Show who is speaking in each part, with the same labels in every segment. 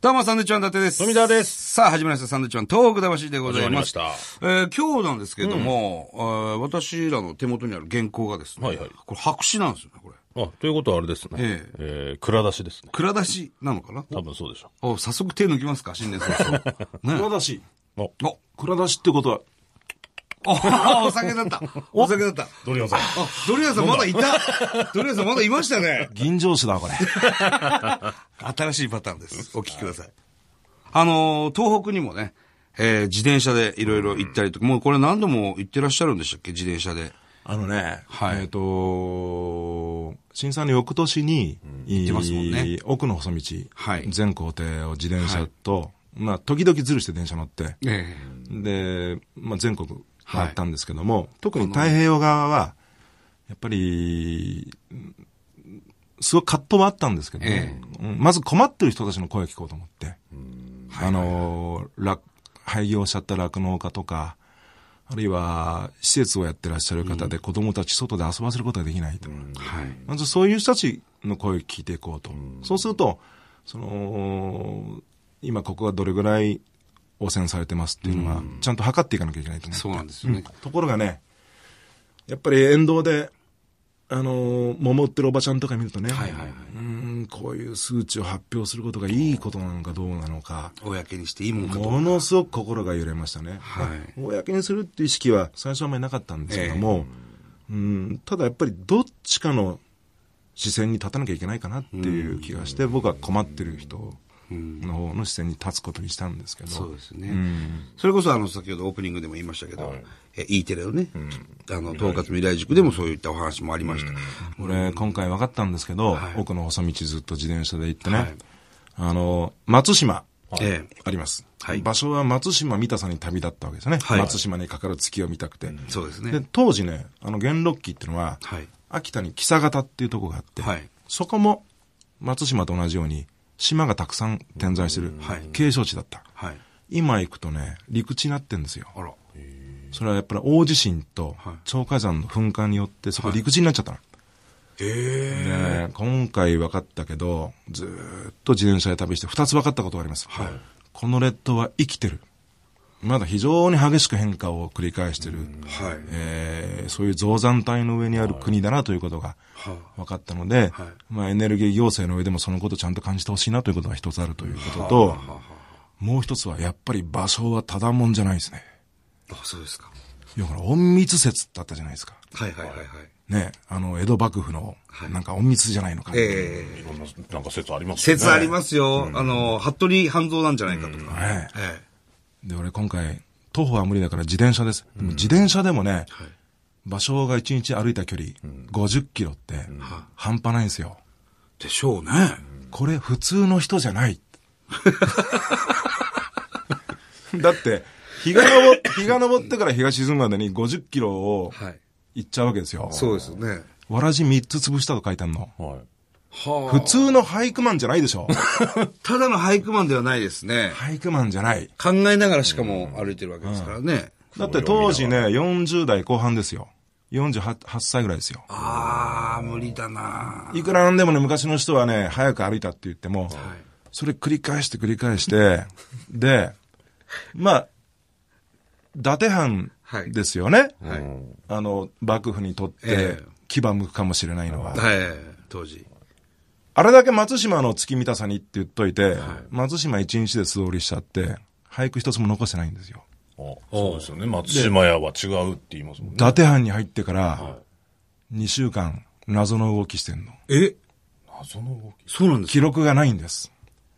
Speaker 1: どうも、サンドイッチマン伊達です。
Speaker 2: 富澤です
Speaker 1: さあ、始まりました、サンドイッチマン、東北魂でございます。
Speaker 2: 始まりま
Speaker 1: えー今日なんですけども、えー私らの手元にある原稿がですね、
Speaker 2: はいはい
Speaker 1: これ白紙なんですよね、これ。
Speaker 2: あ、ということはあれですね。
Speaker 1: え
Speaker 2: えー蔵出しですね。
Speaker 1: 蔵出しなのかな
Speaker 2: 多分そうでしょ
Speaker 1: お早速手抜きますか、新年早 々。ね
Speaker 3: 蔵出し。
Speaker 2: う。お、
Speaker 1: お、
Speaker 3: 蔵出しってことは、
Speaker 1: おお酒だった。お酒だった。
Speaker 2: ドリオンさん。
Speaker 1: あ、ドリアンさんまだいた。 ドリアンさんまだいましたね。
Speaker 3: 銀城酒だ、これ。
Speaker 1: 新しいパターンです。お聞きください。あのー、東北にもね、えー自転車でいろいろ行ったりとか、もうこれ何度も行ってらっしゃるんでしたっけ自転車で。
Speaker 3: あのね、
Speaker 1: はい
Speaker 3: えっ、と、震災の翌年に、行
Speaker 1: ってますもんね
Speaker 3: 奥の細道、
Speaker 1: はい
Speaker 3: 全行程を自転車と、まあ、時々ずるして電車乗って、
Speaker 1: え
Speaker 3: で、まあ、全国回ったんですけども、特に太平洋側は、やっぱり、うんすごい葛藤はあったんですけど、
Speaker 1: え
Speaker 3: うんまず困ってる人たちの声を聞こうと思って、あの、落廃業しちゃった酪農家とか、あるいは施設をやってらっしゃる方で子供たち外で遊ばせることができないと。
Speaker 1: えはい。
Speaker 3: まずそういう人たちの声を聞いていこうと。そうすると、その、今ここがどれぐらい汚染されてますっていうのは、ちゃんと測っていかなきゃいけないと思う。
Speaker 1: そうなんですよね。
Speaker 3: ところがね、やっぱり沿道で、あのー桃売ってるおばちゃんとか見るとね、うーん、こういう数値を発表することがいいことなのかどうなのか、
Speaker 1: 公にしていいもんかと。
Speaker 3: ものすごく心が揺れましたね。
Speaker 1: はい
Speaker 3: まあ公にするっていう意識は最初はあまりなかったんですけども、うん、ただやっぱりどっちかの視線に立たなきゃいけないかなっていう気がして、僕は困ってる人の方の視線に立つことにしたんですけど。
Speaker 1: そうですね。
Speaker 3: うん
Speaker 1: それこそあの、先ほどオープニングでも言いましたけど、え E テレのね、あの、統括未来塾でもそういったお話もありました。
Speaker 3: 俺、今回分かったんですけど、
Speaker 1: はい
Speaker 3: 奥の細道ずっと自転車で行ってね、
Speaker 1: はい
Speaker 3: あの、松島、
Speaker 1: ええ
Speaker 3: あります。
Speaker 1: はい
Speaker 3: 場所は松島三田さんに旅立ったわけですよね。
Speaker 1: はい
Speaker 3: 松島にかかる月を見たくて。
Speaker 1: そうです
Speaker 3: で
Speaker 1: ね。、
Speaker 3: 当時ね、あの、元禄期っていうのは、
Speaker 1: はい
Speaker 3: 秋田に木佐方っていうとこがあって、
Speaker 1: はい
Speaker 3: そこも松島と同じように、島がたくさん点在してる、
Speaker 1: はい
Speaker 3: 景勝地だった。
Speaker 1: はい。
Speaker 3: 今行くとね、陸地になってんですよ。
Speaker 1: あら。
Speaker 3: それはやっぱり大地震と
Speaker 1: はい
Speaker 3: 超火山の噴火によって、そこ
Speaker 1: はい
Speaker 3: 陸地になっちゃったの。
Speaker 1: ええ
Speaker 3: ね今回分かったけど、ずーっと自転車で旅して2つ分かったことがあります。この列島は生きてる。まだ非常に激しく変化を繰り返してる、
Speaker 1: はい。
Speaker 3: えーそういう増産体の上にある国だなということが
Speaker 1: はい
Speaker 3: 分かったので、
Speaker 1: はい
Speaker 3: まあ、エネルギー行政の上でもそのことをちゃんと感じてほしいなということが一つあるということと、もう一つはやっぱり場所はただもんじゃないですね。
Speaker 1: あ、そうですか。
Speaker 3: 要は隠密説だったじゃないですか。
Speaker 1: はいはいはいはい。
Speaker 3: ね、あの、江戸幕府の、なんか隠密じゃないのかっていう
Speaker 1: ええ
Speaker 2: いろんな、なんか説ありますよね。
Speaker 1: 説ありますよ。あの、服部半蔵なんじゃないかとか。
Speaker 3: ね
Speaker 1: え
Speaker 3: で、俺今回、徒歩は無理だから自転車です。でも自転車でもね、
Speaker 1: い
Speaker 3: 場所が1日歩いた距離、50キロって、半端ないんですよ。
Speaker 1: えでしょうね。
Speaker 3: これ普通の人じ ゃない。だって、日が昇って、日が昇ってから日が沈むまでに50キロを
Speaker 1: はい。
Speaker 3: 行っちゃうわけですよ。
Speaker 1: そうですよね。
Speaker 3: わらじ3つ潰したと書いてあるの。
Speaker 2: はい。
Speaker 1: は
Speaker 3: 普通の俳句マンじゃないでし ょ。
Speaker 1: あ。ただの俳句マンではないですね。
Speaker 3: 俳句マンじゃない。
Speaker 1: 考えながらしかも歩いてるわけですからね。
Speaker 3: だって当時ね、40代後半ですよ。48歳ぐらいですよ。
Speaker 1: ああ、無理だない
Speaker 3: くらなんでもね、昔の人はね、早く歩いたって言っても、それ繰り返して繰り返して、で、まあ、伊達藩ですよね。
Speaker 1: はい。
Speaker 3: あの、幕府にとっ
Speaker 1: ええ
Speaker 3: て牙向くかもしれないのは。
Speaker 1: はい。当時。
Speaker 3: あれだけ松島の月見たさにって言っといて、松島一日で素通りしちゃって、俳句一つも残してないんですよ。
Speaker 2: あそうですよね。松島屋は違うって言いますもん
Speaker 3: 伊
Speaker 2: ね。
Speaker 3: 達藩に入ってから、2週間、謎の動きしてんの。
Speaker 1: え
Speaker 2: 謎の動き。
Speaker 1: そうなんです
Speaker 3: 記録がないんです。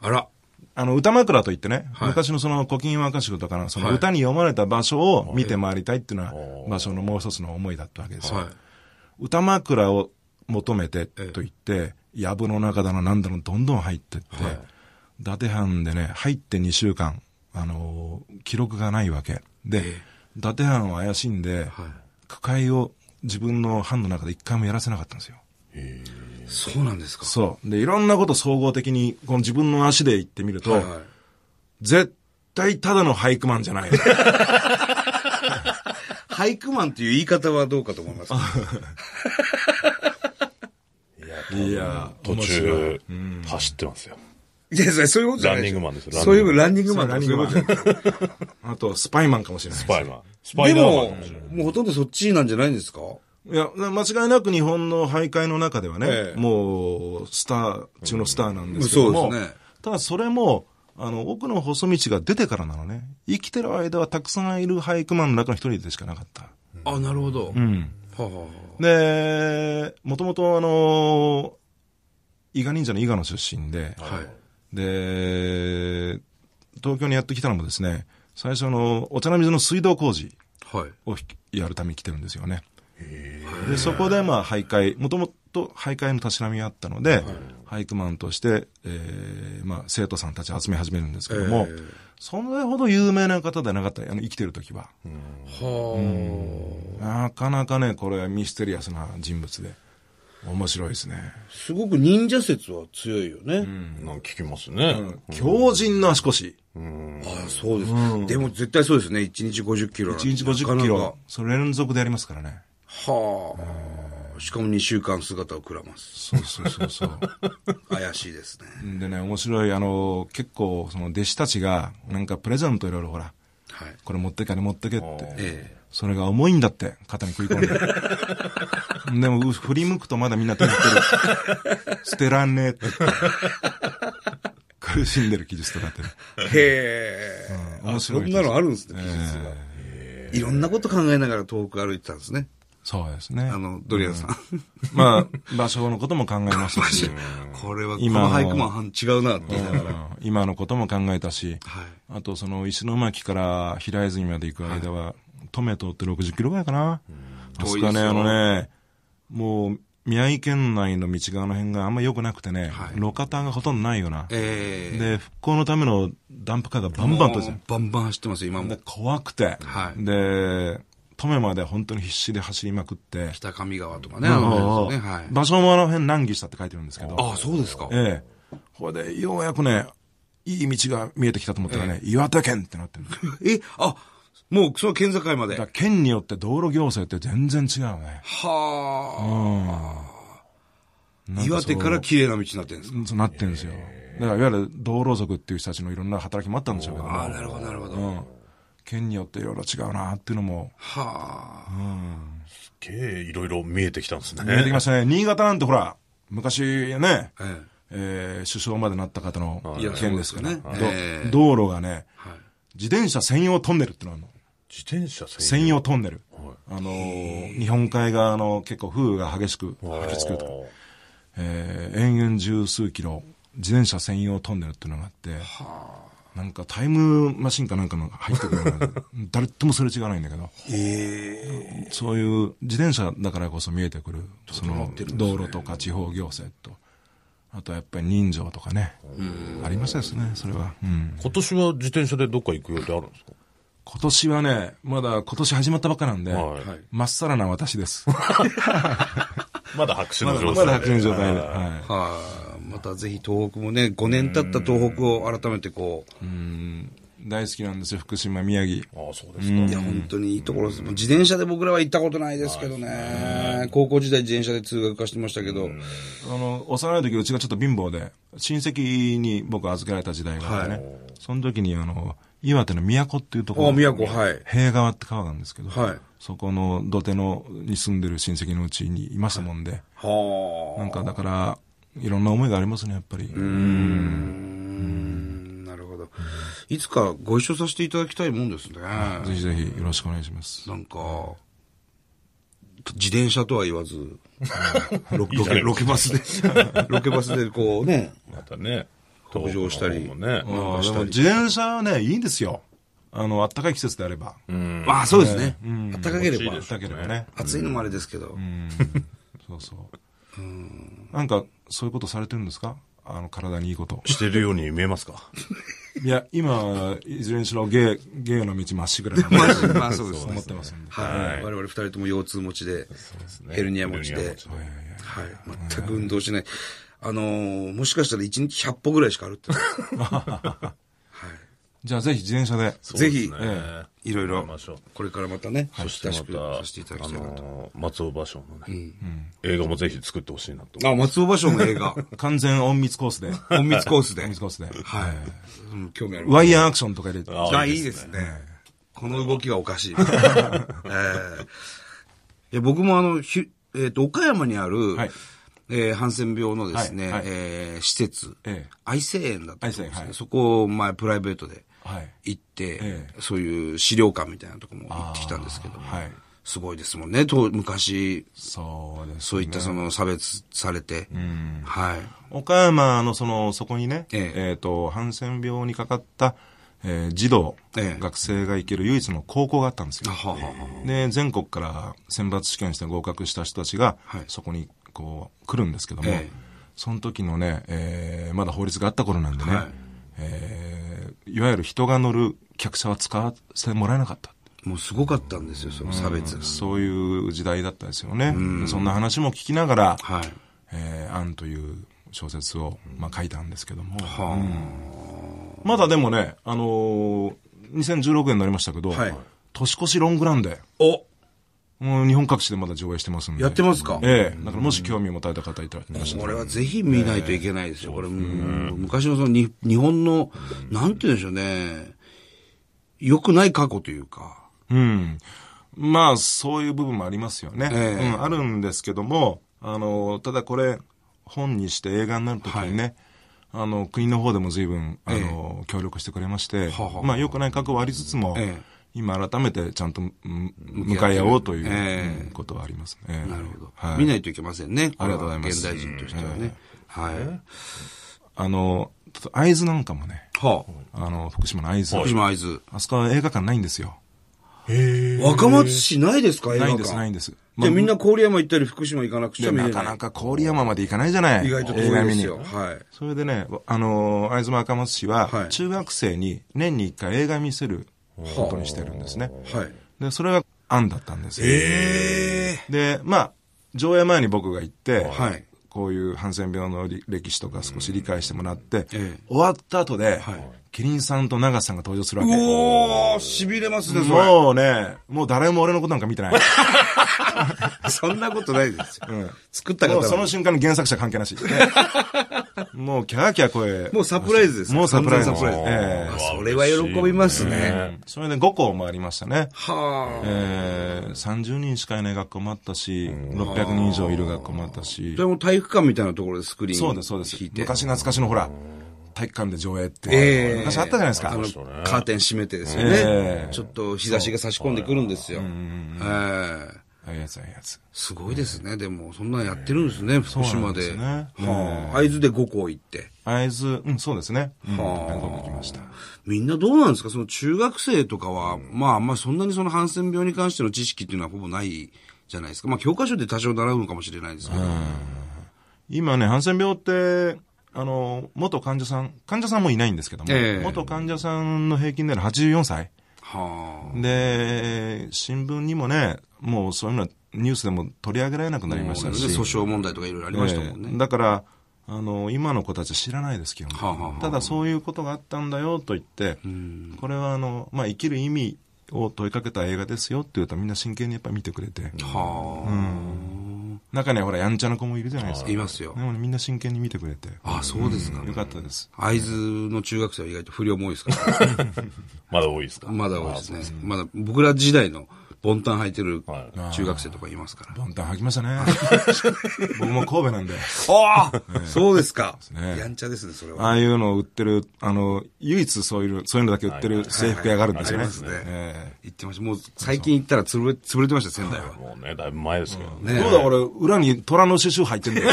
Speaker 1: あら。
Speaker 3: あの、歌枕といってね、
Speaker 1: い
Speaker 3: 昔のその古今和歌集とかの、その
Speaker 1: はい
Speaker 3: 歌に読まれた場所を見て回りたいっていうのは
Speaker 2: は、い
Speaker 3: 場所のもう一つの思いだったわけですよ。
Speaker 1: は
Speaker 3: 歌枕を求めてと言って、藪の中だのなんだのどんどん入ってって、伊達藩でね、入って2週間、あのー記録がないわけ。で、伊達藩を怪しんで、
Speaker 1: い。はい。
Speaker 3: 区会を自分の藩の中で一回もやらせなかったんですよ。
Speaker 1: そうなんですか。
Speaker 3: そう。で、いろんなこと総合的に、この自分の足で行ってみると、
Speaker 1: はいはい。
Speaker 3: 絶対ただの俳句マンじ ゃない。
Speaker 1: 俳句マンっていう言い方はどうかと思いますけど。
Speaker 2: いや、
Speaker 3: いやー
Speaker 2: 途
Speaker 3: 面白い
Speaker 2: 中、走ってますよ。
Speaker 1: いや、それそういうことじゃない
Speaker 2: ランニングマンですよ
Speaker 1: そういうことランニングマン
Speaker 3: ランニングマン。あと、スパイマンかもしれない
Speaker 2: ス
Speaker 3: で
Speaker 2: パ
Speaker 3: す
Speaker 2: イ
Speaker 3: ね。
Speaker 2: マン。スパ
Speaker 1: で
Speaker 2: イダーマン
Speaker 1: も
Speaker 2: かもしれない。、
Speaker 1: もうほとんどそっちなんじゃないんですか
Speaker 3: いや、間違いなく日本の徘徊の中ではね、
Speaker 1: ええ
Speaker 3: もう、スター、中のスターなんですけども、
Speaker 1: そうですね
Speaker 3: ただそれも、あの、奥の細道が出てからなのね。生きてる間はたくさんいる俳句マンの中の一人でしかなかった。
Speaker 1: あ、なるほど。
Speaker 3: うん。
Speaker 1: はあは
Speaker 3: で、もともとあの、伊賀忍者の伊賀の出身で、
Speaker 1: あはい。
Speaker 3: で、東京にやってきたのもですね、最初のお茶の水の水道工事
Speaker 1: はい。
Speaker 3: をひやるために来てるんですよね。で、そこでまあ徘徊、もともと徘徊のたしなみがあったので、俳句マンとして、えーまあ生徒さんたちを集め始めるんですけども、
Speaker 1: ええ
Speaker 3: それほど有名な方ではなかった、あの生きてる時は。
Speaker 1: はあ。
Speaker 3: なかなかね、これはミステリアスな人物で、面白いですね。
Speaker 1: すごく忍者説は強いよね。
Speaker 2: なんか聞きますね。
Speaker 3: 強靭な足腰。
Speaker 1: ああ、そうです、でも絶対そうですね。1日50キロなんて。
Speaker 3: 1
Speaker 1: な
Speaker 3: 日
Speaker 1: か
Speaker 3: 50
Speaker 1: な
Speaker 3: キ
Speaker 1: か
Speaker 3: ロ。それ連続でやりますからね。
Speaker 1: はあ。しかも2週間姿をくらます。
Speaker 3: そうそうそうそう。
Speaker 1: 怪しいですね。
Speaker 3: でね、面白い、あの、結構、その弟子たちが、なんかプレゼントいろいろほら、
Speaker 1: はい。
Speaker 3: これ持ってけ、あれ持ってけって。
Speaker 1: え
Speaker 3: それが重いんだって、肩に食い込ん で。でも、う振り向くとまだみんな手振ってる。捨てらんねえって。苦しんでる技術となってる。
Speaker 1: え。へえ。
Speaker 3: 面白い
Speaker 1: そ
Speaker 3: で
Speaker 1: んな
Speaker 3: す
Speaker 1: のあるんですね、技術が。いろんなこと考えながら東北歩いてたんですね。
Speaker 3: そうですね。
Speaker 1: あの、ドリアンさん。
Speaker 3: まあ、場所のことも考えました し、
Speaker 1: これは、こ
Speaker 3: 今
Speaker 1: の
Speaker 3: の
Speaker 1: 俳句もはん違うなって言いながら。
Speaker 3: うん今のことも考えたし、
Speaker 1: はい。
Speaker 3: あとその石巻から平泉まで行く間は、登米通って60キロぐらいかな。あそこ
Speaker 1: 遠
Speaker 3: はね、
Speaker 1: いですよ
Speaker 3: あのね、もう、宮城県内の道側の辺があんま良くなくてね、
Speaker 1: はい
Speaker 3: 路肩がほとんどないような。
Speaker 1: ええ。
Speaker 3: で、復興のためのダンプカーがバンバンとじゃん
Speaker 1: も。うバンバン走ってますよ、今も
Speaker 3: で。怖くて、
Speaker 1: はい
Speaker 3: で、登米まで本当に必死で走りまくって、
Speaker 1: 北上川とかね、あの辺ですね。はい。
Speaker 3: 場所もあの辺難儀したって書いてるんですけど、
Speaker 1: ああ、そうですか。
Speaker 3: ええ。これで、ようやくね、いい道が見えてきたと思ったらね、岩手県ってなってる。だか
Speaker 1: え、あ、もうその県境まで。
Speaker 3: ら
Speaker 1: は
Speaker 3: 県によって道路行政って全然違うね。
Speaker 1: あ。
Speaker 3: なん
Speaker 1: 岩手から
Speaker 3: そ
Speaker 1: 綺麗な道になってるんですか。
Speaker 3: うそうなってるんですよ。だから、いわゆる道路族っていう人たちのいろんな働きもあったんでしょうけど
Speaker 1: ああ、
Speaker 3: も、
Speaker 1: なるほど、なるほど。
Speaker 3: うん。県によっていろいろ違うなっていうのも、
Speaker 1: はあ。
Speaker 2: すっげえいろいろ見えてきたんですね。
Speaker 3: 見えてきましたね。新潟なんてほら、昔ね、
Speaker 1: え
Speaker 3: えー首相までなった方の
Speaker 1: いや
Speaker 3: 県ですから、
Speaker 1: そうですよねええ
Speaker 3: ど道路がね、
Speaker 1: え。はい。
Speaker 3: 自転車専用トンネルってのがあるの。
Speaker 2: 自転車専
Speaker 3: 専
Speaker 2: 用。
Speaker 3: 用トンネル。あのー、日本海側の結構風雨が激しく吹きつけるとか、えー、延々十数キロ、自転車専用トンネルっていうのがあって、なんかタイムマシンかなんかのが入ってくるような 誰ともすれ違わないんだけど、
Speaker 1: ええ。
Speaker 3: そういう自転車だからこそ見えてくる、その道路とか地方行政と、あとはやっぱり人情とかね、ありましたですね、それは。うん
Speaker 2: 今年は自転車でどっか行く予定あるんですか
Speaker 3: 今年はね、まだ今年始まったばっかなんで、
Speaker 2: はい
Speaker 1: はい。
Speaker 3: まっさらな私です。
Speaker 2: まだ白紙
Speaker 3: ま
Speaker 2: の状態
Speaker 3: だまだ白紙の状態で。はい
Speaker 1: はあ。またぜひ東北もね、5年経った東北を改めてこう、
Speaker 3: うん大好きなんですよ、福島、宮城。
Speaker 2: ああ、そうですか。
Speaker 1: いや、本当にいいところです。もう自転車で僕らは行ったことないですけどね。高校時代自転車で通学化してましたけど、
Speaker 3: あの、幼い時、うちがちょっと貧乏で、親戚に僕預けられた時代があってね、その時に、あの、岩手の都っていうとこ
Speaker 1: あ
Speaker 3: ろ、
Speaker 1: あ、宮古、はい。
Speaker 3: 平川って川なんですけど、
Speaker 1: はい
Speaker 3: そこの土手のに住んでる親戚のうちにいましたもんで、
Speaker 1: はあ。
Speaker 3: なんかだから、いろんな思いがありますね、やっぱり。
Speaker 1: うんなるほど。いつかご一緒させていただきたいもんですね。
Speaker 3: ぜひぜひよろしくお願いします。
Speaker 1: なんか、自転車とは言わ ず、ロケ
Speaker 2: いいじゃない
Speaker 1: ロケバスで、 ロケバスでこうね、
Speaker 2: またね。
Speaker 1: 北上したり
Speaker 2: 東北の方もね。
Speaker 3: ああでも自転車はね、いいんですよ。あの、暖かい季節であれば。
Speaker 2: うん。
Speaker 1: ああ、そうですね。暖かければ
Speaker 2: 欲しいで、す
Speaker 3: 暖かければね。
Speaker 1: 暑いのもあれですけど、
Speaker 3: そうそう。なんか、そういうことされてるんですかあの、体にいいこと。
Speaker 2: してるように見えますか
Speaker 3: いや、今、いずれにしろ、芸、芸の道まっしぐらな
Speaker 1: まあまあそうですね
Speaker 3: 思ってますんで。
Speaker 1: はい。我々二人とも腰痛持ちで、ヘルニア持ち
Speaker 2: ヘルニア
Speaker 1: で
Speaker 2: 持、
Speaker 3: いやいや
Speaker 1: はい。全く運動しない。あのーもしかしたら1日100歩ぐらいしか歩ってない。はい。
Speaker 3: じゃあぜひ自転車で。
Speaker 1: ぜひ、
Speaker 2: そうですね
Speaker 1: いろいろ
Speaker 2: 行きましょう、
Speaker 1: これからまたね、
Speaker 2: そしてま
Speaker 1: 親くさせていただ
Speaker 2: た、あ
Speaker 1: きたいなと。
Speaker 2: のー、松尾芭蕉のね、映画もぜひ作ってほしいなと。
Speaker 1: あ、松尾芭蕉の映画、
Speaker 3: 完全隠密コースで。
Speaker 1: 隠密コースで。
Speaker 3: 隠密コースで。
Speaker 1: はい。うん興味ある。
Speaker 3: ワイヤーアクションとか入れて。
Speaker 2: あ
Speaker 1: あ、いいですね。この動きがおか しい。えーいや僕もあの、ひえっ、と、岡山にある、
Speaker 3: はい
Speaker 1: えーハンセン病のですね、
Speaker 3: はいはい
Speaker 1: えー施設、
Speaker 3: ええ
Speaker 1: 愛生園だったんですね。
Speaker 3: 愛生園はい
Speaker 1: そこを、まあ、プライベートで
Speaker 3: はい。
Speaker 1: 行って、
Speaker 3: ええ
Speaker 1: そういう資料館みたいなとこも行ってきたんですけども、
Speaker 3: はい。
Speaker 1: すごいですもんね、と昔、
Speaker 3: そうです、ね。
Speaker 1: そういったその差別されて、はい。
Speaker 3: 岡山のその、そこにね、
Speaker 1: え
Speaker 3: え
Speaker 1: え
Speaker 3: っ、と、ハンセン病にかかった、えー児童、
Speaker 1: ええ
Speaker 3: 学生が行ける唯一の高校があったんです
Speaker 1: あ
Speaker 3: よ。
Speaker 1: はあはあは
Speaker 3: で、全国から選抜試験して合格した人たちが
Speaker 1: はい、
Speaker 3: そこにこう、来るんですけども、
Speaker 1: ええ
Speaker 3: その時のね、えーまだ法律があった頃なんでね、
Speaker 1: はい
Speaker 3: いえーいわゆる人が乗る客車は使わせてもらえなかった。
Speaker 1: あもうすごかったんですよ、その差別が。
Speaker 3: そういう時代だったですよね。そんな話も聞きながら、
Speaker 1: はい。
Speaker 3: えー、アンという小説を、まあ、書いたんですけども、
Speaker 1: はあ
Speaker 3: まだでもね、あのー2016年になりましたけど、
Speaker 1: はい
Speaker 3: 年越しロングランで、
Speaker 1: お
Speaker 3: もう日本各地でまだ上映してますんで。
Speaker 1: やってますか
Speaker 3: ええだからもし興味を持たれた方いたら、ましたら
Speaker 1: これはぜひ見ないといけないですよ。これ、うん昔のそのに日本の、なんて言うんでしょうね。良くない過去というか。
Speaker 3: うん。まあ、そういう部分もありますよね。
Speaker 1: ええ
Speaker 3: うん、あるんですけども、あの、ただこれ、本にして映画になるときにね、あの、国の方でも随分、あの、協力してくれまして、
Speaker 1: はあはあ
Speaker 3: まあ、良くない過去はありつつも、
Speaker 1: ええ
Speaker 3: 今改めてちゃんと、うん
Speaker 1: 向
Speaker 3: 向
Speaker 1: き合っ
Speaker 3: か
Speaker 1: て
Speaker 3: い合おうという、
Speaker 1: ええ
Speaker 3: うんことはありますね。
Speaker 1: なるほど。
Speaker 3: はい、
Speaker 1: 見ないといけませんね。これは
Speaker 3: ありがとうございます
Speaker 1: 現代人としてはね。はい。
Speaker 3: あの、会津なんかもね、
Speaker 1: はあ。
Speaker 3: あの、福島の会津。
Speaker 1: 福島会津。
Speaker 3: あそこは映画館ないんですよ。
Speaker 1: 若松市ないですか映画
Speaker 3: ない
Speaker 1: 館。
Speaker 3: んです、ないんです。
Speaker 1: じゃあみん
Speaker 3: な、
Speaker 1: な郡山行ったり福島行かなくちゃ見れな。
Speaker 3: ないかなか郡山まで行かないじゃない。
Speaker 1: 意外と遠
Speaker 3: 映画
Speaker 1: いで
Speaker 3: 見
Speaker 1: す
Speaker 3: に
Speaker 1: よ。はい。
Speaker 3: それでね、あのー、会津若松市
Speaker 1: はい
Speaker 3: は、中学生に年に一回映画見せることにしてるんですね。
Speaker 1: はい。
Speaker 3: で、それが案だったんですよ。で、まあ、上映前に僕が行って、
Speaker 1: はい
Speaker 3: こういうハンセン病のり歴史とか少し理解してもらって、
Speaker 1: ええ
Speaker 3: 終わった後で、
Speaker 1: はい
Speaker 3: キリンさんと長瀬さんが登場するわけ。
Speaker 1: おー、痺れますね、それ。
Speaker 3: もうね、もう誰も俺のことなんか見てない。
Speaker 1: そんなことないですよ。
Speaker 3: うん
Speaker 1: 作った方
Speaker 3: も
Speaker 1: は
Speaker 3: うその瞬間の原作者関 係なし。もうキャーキャー声。
Speaker 1: もうサプライズですよ
Speaker 3: もうサプライズ。
Speaker 1: 完全サプライズ
Speaker 3: ええ
Speaker 1: あそれは喜びますね
Speaker 3: それで5校もありましたね。
Speaker 1: はあ。
Speaker 3: えー、30人しかいない学校もあったし、600人以上いる学校もあったし
Speaker 1: それ、も体育館みたいなところでスクリーン
Speaker 3: そうです、そうです
Speaker 1: 引い。て。
Speaker 3: 昔懐かしのほら、体育館で上映って、
Speaker 1: ええ
Speaker 3: 昔あったじゃないですか。
Speaker 1: あ
Speaker 2: う
Speaker 1: の
Speaker 2: ね
Speaker 1: カーテン閉めてですよ
Speaker 3: え
Speaker 1: ね。
Speaker 3: え
Speaker 1: ちょっと日差しが差し込んでくるんですよ。ええ
Speaker 3: ああいうやつ、ああいうやつ。
Speaker 1: すごいですね。でも、そんなんやってるんですね、福
Speaker 3: そうな
Speaker 1: 島
Speaker 3: んで
Speaker 1: で。
Speaker 3: すね
Speaker 1: はあ。会津で5校行って。
Speaker 3: 会津、うん、そうですね。うん、韓国行きました。
Speaker 1: みんなどうなんですかその中学生とかは、まあ、あんまりそんなにそのハンセン病に関しての知識っていうのはほぼないじゃないですか。まあ、教科書で多少習うのかもしれないですけど。
Speaker 3: 今ね、ハンセン病って、あの、元患者さん、患者さんもいないんですけども、
Speaker 1: ええ
Speaker 3: 元患者さんの平均年齢84歳。
Speaker 1: は
Speaker 3: で、新聞にもね、もうそういうのはニュースでも取り上げられなくなり
Speaker 1: あ。
Speaker 3: まし
Speaker 1: そう
Speaker 3: た
Speaker 1: です
Speaker 3: し、
Speaker 1: ね訴訟問題とかいろいろありましたもん
Speaker 3: ええ
Speaker 1: ね。
Speaker 3: だから、あの、今の子たちは知らないですけど、
Speaker 1: はあはあはあ
Speaker 3: ただそういうことがあったんだよと言って、これはあの、まあ、生きる意味を問いかけた映画ですよって言うとみんな真剣にやっぱ見てくれて、
Speaker 1: はあ。
Speaker 3: 中にはほらやんちゃな子もいるじゃないですか。
Speaker 1: いますよ
Speaker 3: で。もねみんな真剣に見てくれて、
Speaker 1: ああ、そうですか。
Speaker 3: よかったです。
Speaker 1: 会津の中学生は意外と不良も多いです から、
Speaker 2: まだ多いですか
Speaker 1: まだ多いですね。まだ僕ら時代のボンタン履いてる
Speaker 2: はい
Speaker 1: 中学生とかいますから。
Speaker 3: ボンタン吐きましたね。 僕も神戸なんで。
Speaker 1: ああ、そうですか
Speaker 3: ね
Speaker 1: やんちゃですね、それは。
Speaker 3: ああいうのを売ってる、あの、唯一そういう、そういうのだけ売ってる制服屋があるんですよね。
Speaker 1: はいはいはいありますね
Speaker 3: え
Speaker 1: 言ってました。もう最近行ったら潰れ、潰れてました、仙台は。
Speaker 2: もうね、だいぶ前ですけどね。
Speaker 3: え
Speaker 1: ね
Speaker 3: どうだ俺、裏に虎の刺繍入ってんだよ。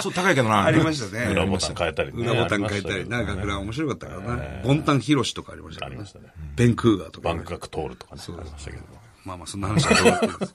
Speaker 3: ちょっと高いけどな。
Speaker 1: ありましたね。
Speaker 2: 裏ボタン変えたりね。
Speaker 1: 裏ボタン変えた
Speaker 2: あ
Speaker 1: り、
Speaker 2: りま
Speaker 1: な
Speaker 2: し
Speaker 1: んか
Speaker 2: けどね
Speaker 1: 学ラン面白かったからな。ボンタンヒロシとかありましたから
Speaker 2: あり
Speaker 1: ね
Speaker 2: ましたね。
Speaker 1: ベンクーガーとか
Speaker 2: バ
Speaker 1: ね。
Speaker 2: ンカク通るとかね。ありましたけど。
Speaker 1: まあまあ、そんな話はどうだっていいです